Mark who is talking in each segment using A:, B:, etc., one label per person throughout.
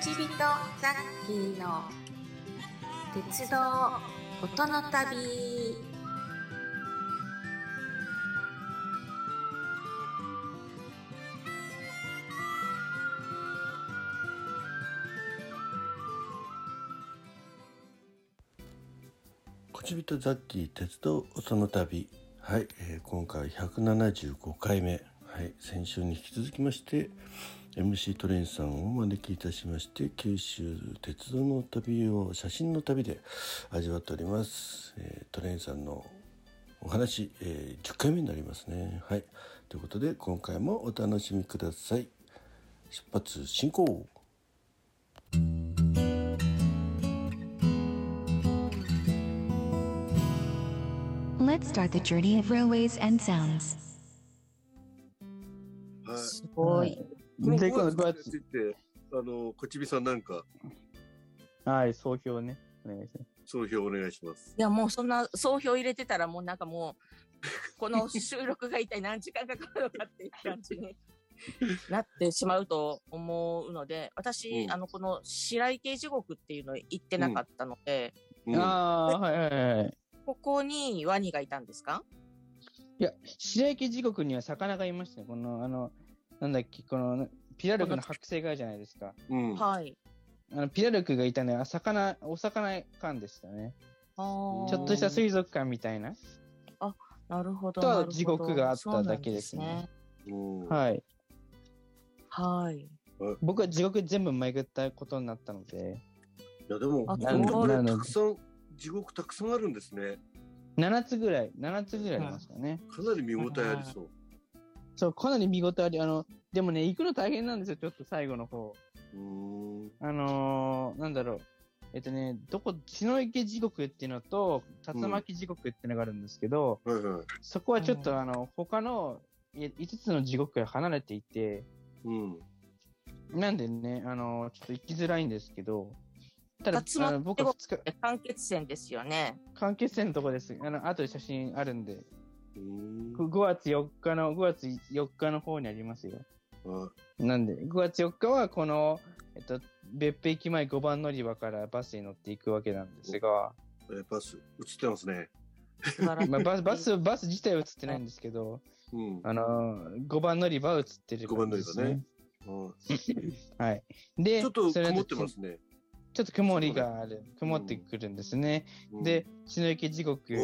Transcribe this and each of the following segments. A: しびとザッキーの鉄道音の旅
B: こちびとザッキー鉄道音の旅はい、えー今回175回目はい先週に引き続きまして MC トレインさんをお招きいたしまして九州鉄道の旅を写真の旅で味わっております、えートレインさんのお話、えー10回目になりますねはいということで今回もお楽しみください出発進行
C: Let's start the journey of railways and sounds.
D: すごい。
E: この
F: で
E: 5
F: この
E: 月について、あの、こちびさんなんか、
F: はい、総評ね。お願いします。
E: 総評お願いします。
D: いや、もうそんな総評入れてたら、もうなんかもう、 この収録が一体何時間かかるのかっていう感じ になってしまうと思うので、私、
E: うん
D: あの、この白池地獄っていうの行ってなかったので、
E: うん
F: ああ、はいはいはい。
D: ここにワニがいたんですか
F: いや、白池地獄には魚がいましたね。この、あの、なんだっけ、この、ピラルクの剥製があるじゃないですか。
E: うん。
D: はい。
F: あの、ピラルクがいたのは、魚、お魚館でしたね。
D: ちょ
F: ちょっとした水族館みたいな。
D: なるほど。
F: とは
D: なるほど
F: 地獄があっただけですね
D: そうなん
E: うん
F: はい。
D: ですねはい。
F: 僕は地獄全部巡ったことになったので、
E: いや、でも、本
D: あ
E: 当あ
F: な
E: れ、
F: の
E: たくさん、地獄たくさんあるんですね。
F: 7つぐらい、7つぐらいありますかね。
E: かなり見応えありそう。
F: そう、かなり見応えあり、あの、でもね、行くの大変なんですよ、ちょっと最後の方。
E: うーん。
F: あのー、なんだろう。えっとね、どこ、血の池地獄っていうのと、竜巻地獄っていうのがあるんですけど、
E: はいはい。
F: そこはちょっ
D: う
F: とあの、他のえ5つの地獄から離れていて、
E: うん。
F: なんでね、あのー、ちょっと行きづらいんですけど、ただ、
D: 竜巻
F: あの僕は2日、
D: 完結戦です よね。
F: 関係線のとこです。あの、後で写真あるんで、
E: うーん。
F: 5月4日の、5月4日の方にありますよ。
E: は
F: なんで、5月4日はこの、えっと、別府駅前5番乗り場からバスに乗っていくわけなんですが、
E: い。え、パス、映ってますね。
D: 素晴らしい
F: まあ、バスバスバス自体は映ってないんですけど、
E: うん。
F: あのー、5番乗り場は映ってる、
E: 五番乗り場ね。はい
F: はい。で、
E: ちょっと
F: それで
E: 曇ってますね。
F: ちょっと曇りがある。曇ってくるんですね。
E: うん
F: で、、血の池地獄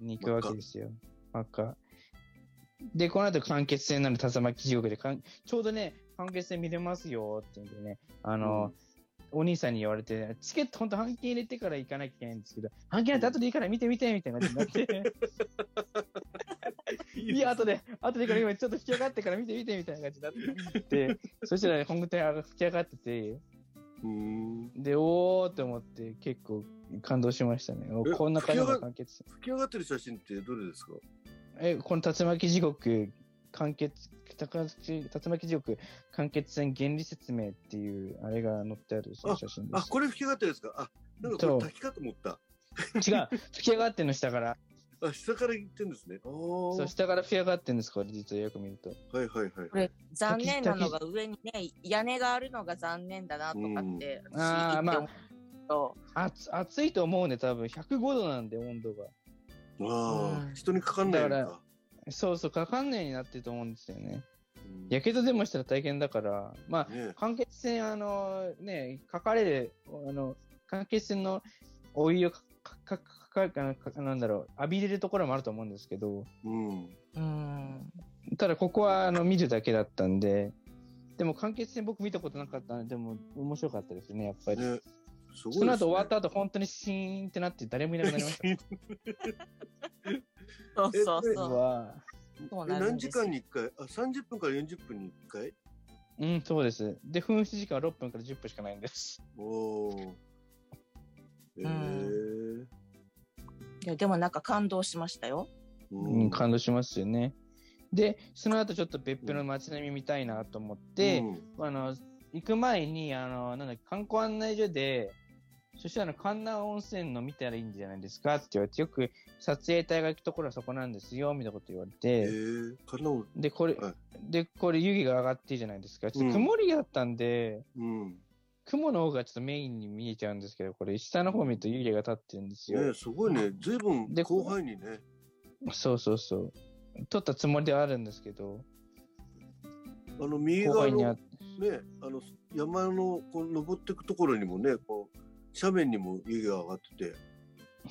F: に行くわけですよ。真っ赤。で、この後間欠戦なる竜巻地獄でかん、ちょうどね、間欠戦見れますよって言うんでね、あのー、お兄さんに言われて、チケット本当半券入れてから行かなきゃいけないんですけど、半券なんて後でいいから見て見てみたいな感じになって。いや、後で、後でから今ちょっと吹き上がってから見て見てみたいな感じになって、そしたらね、本宮隊が吹き上がってて、
E: うーん。
F: で、おーって思って結構感動しましたね。お
E: え
F: こんな感じ
E: 吹き上
F: の
E: が
F: 完結。
E: 吹き上がってる写真ってどれですか
F: え、この竜巻地獄、完結、高橋竜巻地獄、完結戦原理説明っていう、あれが載ってあるその写真で
E: あ、
F: す。
E: これ吹き上がってるんですかあ、なんかこれ滝かと思った。
F: 違う、吹き上がってんの下から。
E: あ、下から行ってんですね。ああ。
F: そう、下から吹き上がってんです、これ実はよく見ると。
E: はいはいはい。
D: これ残念なのが上にね屋根があるのが残念だなとかって、
F: ん
D: 私言っ
F: あー
D: て思うけど、
F: 暑暑いと思うね、多分。105度なんで、温度が。
E: あ
D: う
E: あ、
D: ん
E: 人にかかんないの
F: だ
E: か。
F: そうそう、かかんないようになってると思うんですよね。
E: うん
F: やけどでもしたら大変だから、ま
E: ね
F: あ、間欠泉、あの、ね、かかれる、あの、間欠泉のお湯をか、か、か、か、かあのか、なんだろう、浴びれるところもあると思うんですけど、
E: うん。
D: うん
F: ただここは、あの、見るだけだったんで、でも間欠泉僕見たことなかったんで、でも面白かったですね、やっぱり。
E: ね。すごいですね。
F: その後終わった後、本当にシーンってなって誰もいなくなり ました。
D: そうそう
E: え
D: そう
F: わ
D: そう
E: え
D: なんです
E: 何時間に一回あ、30分から40分に一回
F: うん、そうです。で、噴出時間は6分から10分しかないんです。
E: おお。ええー。
D: いやでもなんか感動しましたよ
E: う
F: うん、感動しますよね。で、その後ちょっと別府の街並み見たいなと思って、
E: うん
F: あの、行く前に、あの、なんだっけ観光案内所で、そしたら、観南温泉の見たらいいんじゃないですかって言われて、よく撮影隊が行くところはそこなんですよ、みたいなこと言われ
E: ええ
F: て、
E: ー。かなお。
F: で、これ
E: はい、
F: で、これ湯気が上がっていいじゃないですか。ちょっと曇りだったんで、
E: うん。
F: 雲の方がちょっとメインに見えちゃうんですけど、これ下の方見ると湯気が立ってるんですよ。
E: ねすごいね。ずいぶん
F: で
E: 広範囲にね。
F: そうそうそう。撮ったつもりではあるんですけど、
E: あの右
F: 後
E: 側
F: 輩に
E: の
F: あ
E: ね、あの山のこう登っていくところにもね、こう斜面にも湯気が上がってて、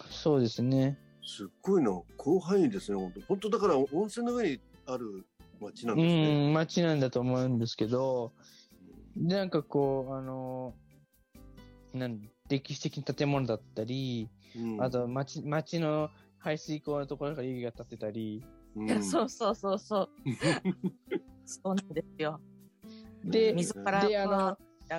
F: そうですね。
E: すっごいな広範囲ですね。本当本当だから温泉の上にある町なん
F: う
E: ですね。
F: ん、街なんだと思うんですけど、で、なんかこう、あの、なん歴史的な建物だったり、
E: うん
F: あ、と町、町の排水溝のところから湯気が立ってたり、
E: うん
D: いや そうそうそう そう。そうなんですよ。
F: で、
D: 水から
F: で、あの、
D: 上が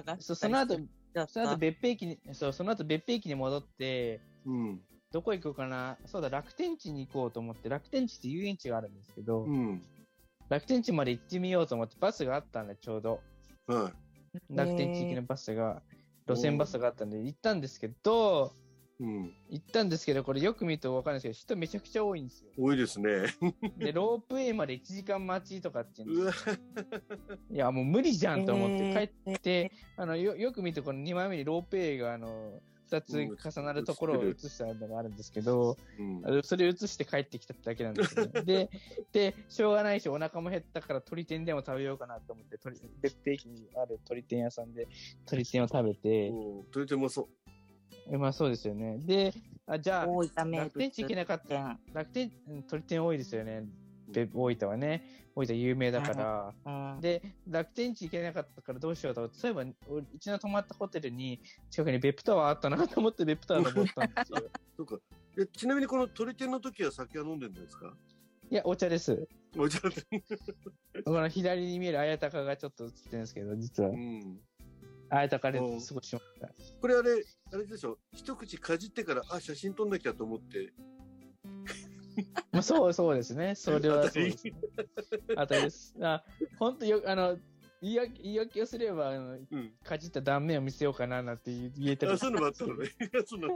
D: ったり
F: そうその後、
D: だった
F: その後別兵器に、そう、その後別兵器に戻って、
E: うん。
F: どこ行こうかな。そうだ、楽天地に行こうと思って、楽天地って遊園地があるんですけど、
E: うん。
F: 楽天地まで行ってみようと思って、バスがあったんで、ちょうど。
E: はい。
F: 楽天地行きのバスが、路線バスがあったんで、行ったんですけど、
E: うん。
F: 行ったんですけど、これよく見るとわかるんですけど、人めちゃくちゃ多いんですよ。
E: 多いですね。
F: で、ロープウェイまで1時間待ちとかっていうんです
E: う
F: よ
E: わ。
F: いや、もう無理じゃんと思って、
D: え
F: 帰
D: ー
F: って、あの、よ、よく見ると、この2枚目にロープウェイが、あの、2つ重なるところを映したのがあるんですけど、
E: うん
F: あ。のそれを移して帰ってきたってだけなんですよね。で、で、しょうがないし、お腹も減ったから鳥天でも食べようかなと思って、鳥、別邸駅にある鳥天屋さんで鳥天を食べて、
E: おーとれてもそう。
F: うまあそうですよね。で、あ、じゃあ、
D: 大分名物
F: 楽天地行けなかった。楽天、うん鳥天多いですよね。で大分はね、大分有名だから。
D: うん
F: で、楽天地行けなかったからどうしようと思って、そういえば、俺うちの泊まったホテルに近くに別府タワーあったなと思って別府タワー登ったんですよ。
E: そうか。えちなみにこの鳥天の時は酒は飲んでるんですか。
F: いや、お茶です。
E: お茶で。
F: この左に見える綾鷹がちょっと映ってるんですけど、実は
E: う。ん。
F: 綾鷹で過ごしました。
E: これあれ、あれでしょ、一口かじってから、あ、写真撮んなきゃと思って、
F: まあ、そう、そうですね。それはそうですね。あとです。あ、本当よ、あの、言い訳言い訳をすれば、あの
E: うん。
F: かじった断面を見せようかななんて言言えた
E: あ、
F: ら、
E: そういうのもあったのね。 そうなの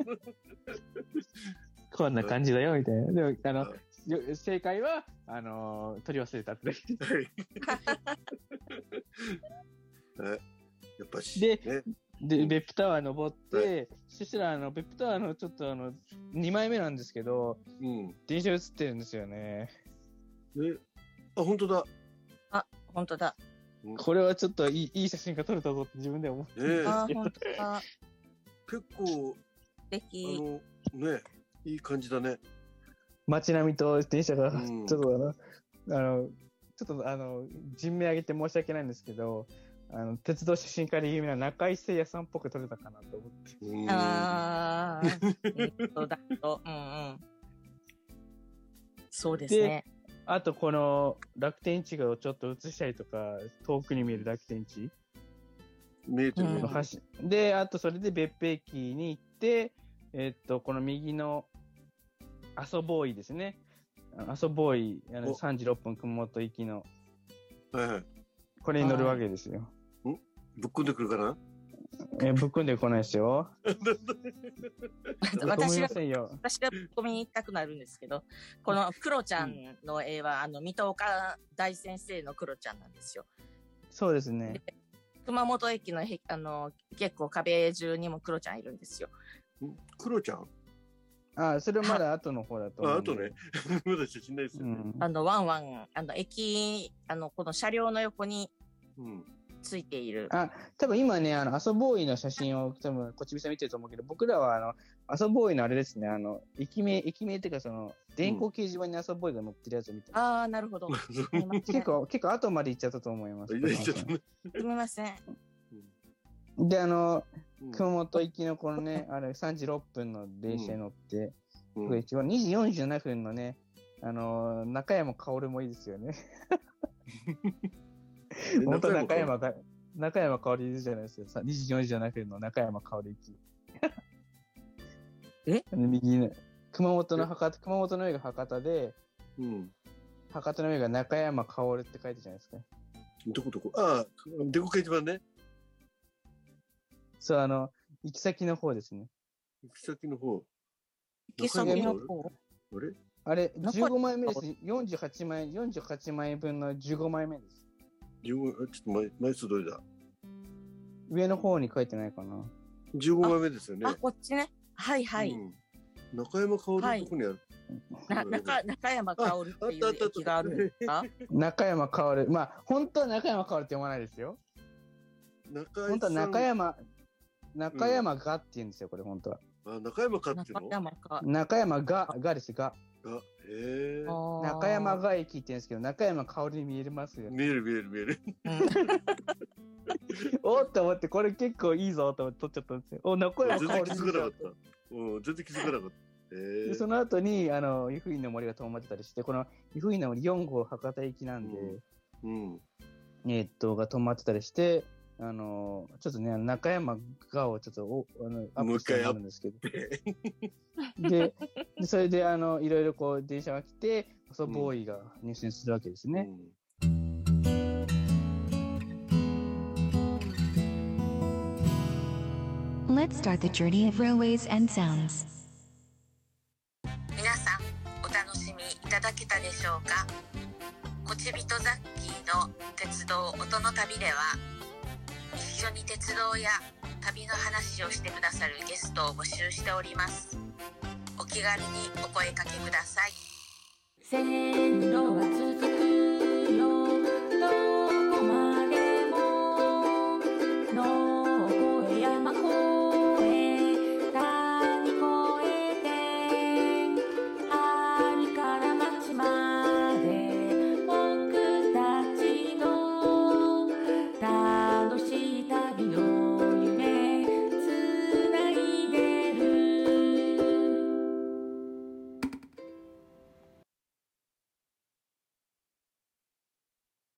F: こんな感じだよ、みたいな。でも、あ
E: は
F: の、よ正解は、あの、取り忘れたってだけ。
E: はい。やっぱし、
F: で
E: ね、
F: で、別府タワー登って、
E: は
F: そしたら、あの、別府タワーのちょっとあの、2枚目なんですけど、
E: うん。
F: 電車映ってるんですよね。
E: で、あ、本当だ。
D: 本当だ。
F: これはちょっといい、いい写真が撮れたぞって自分で思って
E: ねえ
D: あー、本当だ。
E: 結構、
D: 素
E: あ
D: 敵。
E: の、ね、いい感じだね。
F: 街並みと電車が、
E: うん
F: ちょっとあの、あの、ちょっとあの、人名挙げて申し訳ないんですけど、あの、鉄道写真家で有名な中井聖也さんっぽく撮れたかなと思って。
E: うん。
D: ああ、そうだと、うんうん。そうですね。
F: あと、この楽天地をちょっと映したりとか、遠くに見える楽天地
E: 見えてる
D: う
E: ね
D: ん
F: の。橋。で、あとそれで別府駅に行って、えっと、この右の、阿蘇ボーイですね。あの阿蘇ボーイ、あの
E: お
F: 3時6分熊本行きの、
E: はいはい。
F: これに乗るわけですよ。
E: ぶっこんでくるかな
F: え、ぶっ込んでこないですよ。ごめ
D: 私
F: ん
D: が
F: な、さいよ。
D: 私が込みに行きたくなるんですけど、このクロちゃんの絵は、あの、水戸岡大先生のクロちゃんなんですよ。
F: そうですね。
D: 熊本駅のへ、あの、結構壁中にもクロちゃんいるんですよ。
E: んクロちゃん
F: あ、それまだ後の方だと思
E: あ、
F: うん
E: あ
F: で。
E: とね。 まだ写真ないですよ
F: う
E: ね。
F: ん。
D: あの、ワンワン、あの、駅、あの、この車両の横に
E: うん。
D: ついている。
F: あ、多分今ね、あの、アソボーイの写真を多分、こっちみさん見てると思うけど、僕らはあの、アソボーイのあれですね、あの、駅名、駅名っていうかその、電光掲示板にアソボーイが載ってるやつを見て、
D: ああ、なるほど。すみません
F: 結。構、結構後まで行っちゃったと思います。
E: いやちょっとね。
D: すみません。
F: で、あの、
E: うん
F: 熊本行きのこのね、あれ、3時6分の電車に乗って、
E: うん
F: 僕が一番2時47分のね、あの、中山薫もいいですよね。本当中山が、中山香織いるじゃないですか。さ24時じゃなくての中山香織駅。
D: え
F: あの右の、熊本の博多、熊本の上が博多で、
E: うん。
F: 博多の上が中山香織って書いてるじゃないですか。
E: どこどこああ、でこ掲示板ね。
F: そう、あの、行き先の方ですね。
E: 行き先の方。
D: 行き先の方。
E: あれ
F: あれ、
D: 残り
F: 15枚目です。48枚、48枚分の15枚目です。
E: 自分、あちょっと枚枚数どれだ
F: 上の方に書いてないかな。
E: 15枚目ですよね。
D: あ、こっちね。はいはい。
E: うん中山薫のとこにある。
D: な中中山薫っていう駅があるんですか
F: 中山薫。まあ、本当は中山薫って読まないですよ。
E: 中
F: 本当は中
E: 山。
F: 山、中山がって言うんですよ、これ本当は。
E: あ、中山かっていう
D: 中
E: の。
D: 山か。
F: 中山が、がですが、
E: あ、ええ。
D: 中
F: 中山が駅って言うんですけど、中山薫に見えますよ。
E: 見える見える見える。
F: おっと思って、これ結構いいぞと思って撮っちゃったんですよ。お、中山
E: 全然
F: 薫
E: 気
F: に
E: づかなかった。うん、全然気づかなかった。ええ
F: で。その後に、あの、湯布院の森が遠まってたりして、この湯布院の森4号博多行きなんで、
E: うん。
F: えーっと、が止まってたりして、あのーちょっとね、あの中山がをちょっとおあのアップしてもらうんですけど。 で、でそれで、あの、いろいろこう、電車が来て、細ボーイが入選するわけですね。
E: うん。
C: Let's start the journey of railways and sounds.
A: 皆さんお楽しみいただけたでしょうかこちびとザッキーの鉄道音の旅では一緒に鉄道や旅の話をしてくださるゲストを募集しておりますお気軽にお声掛けくださいせーの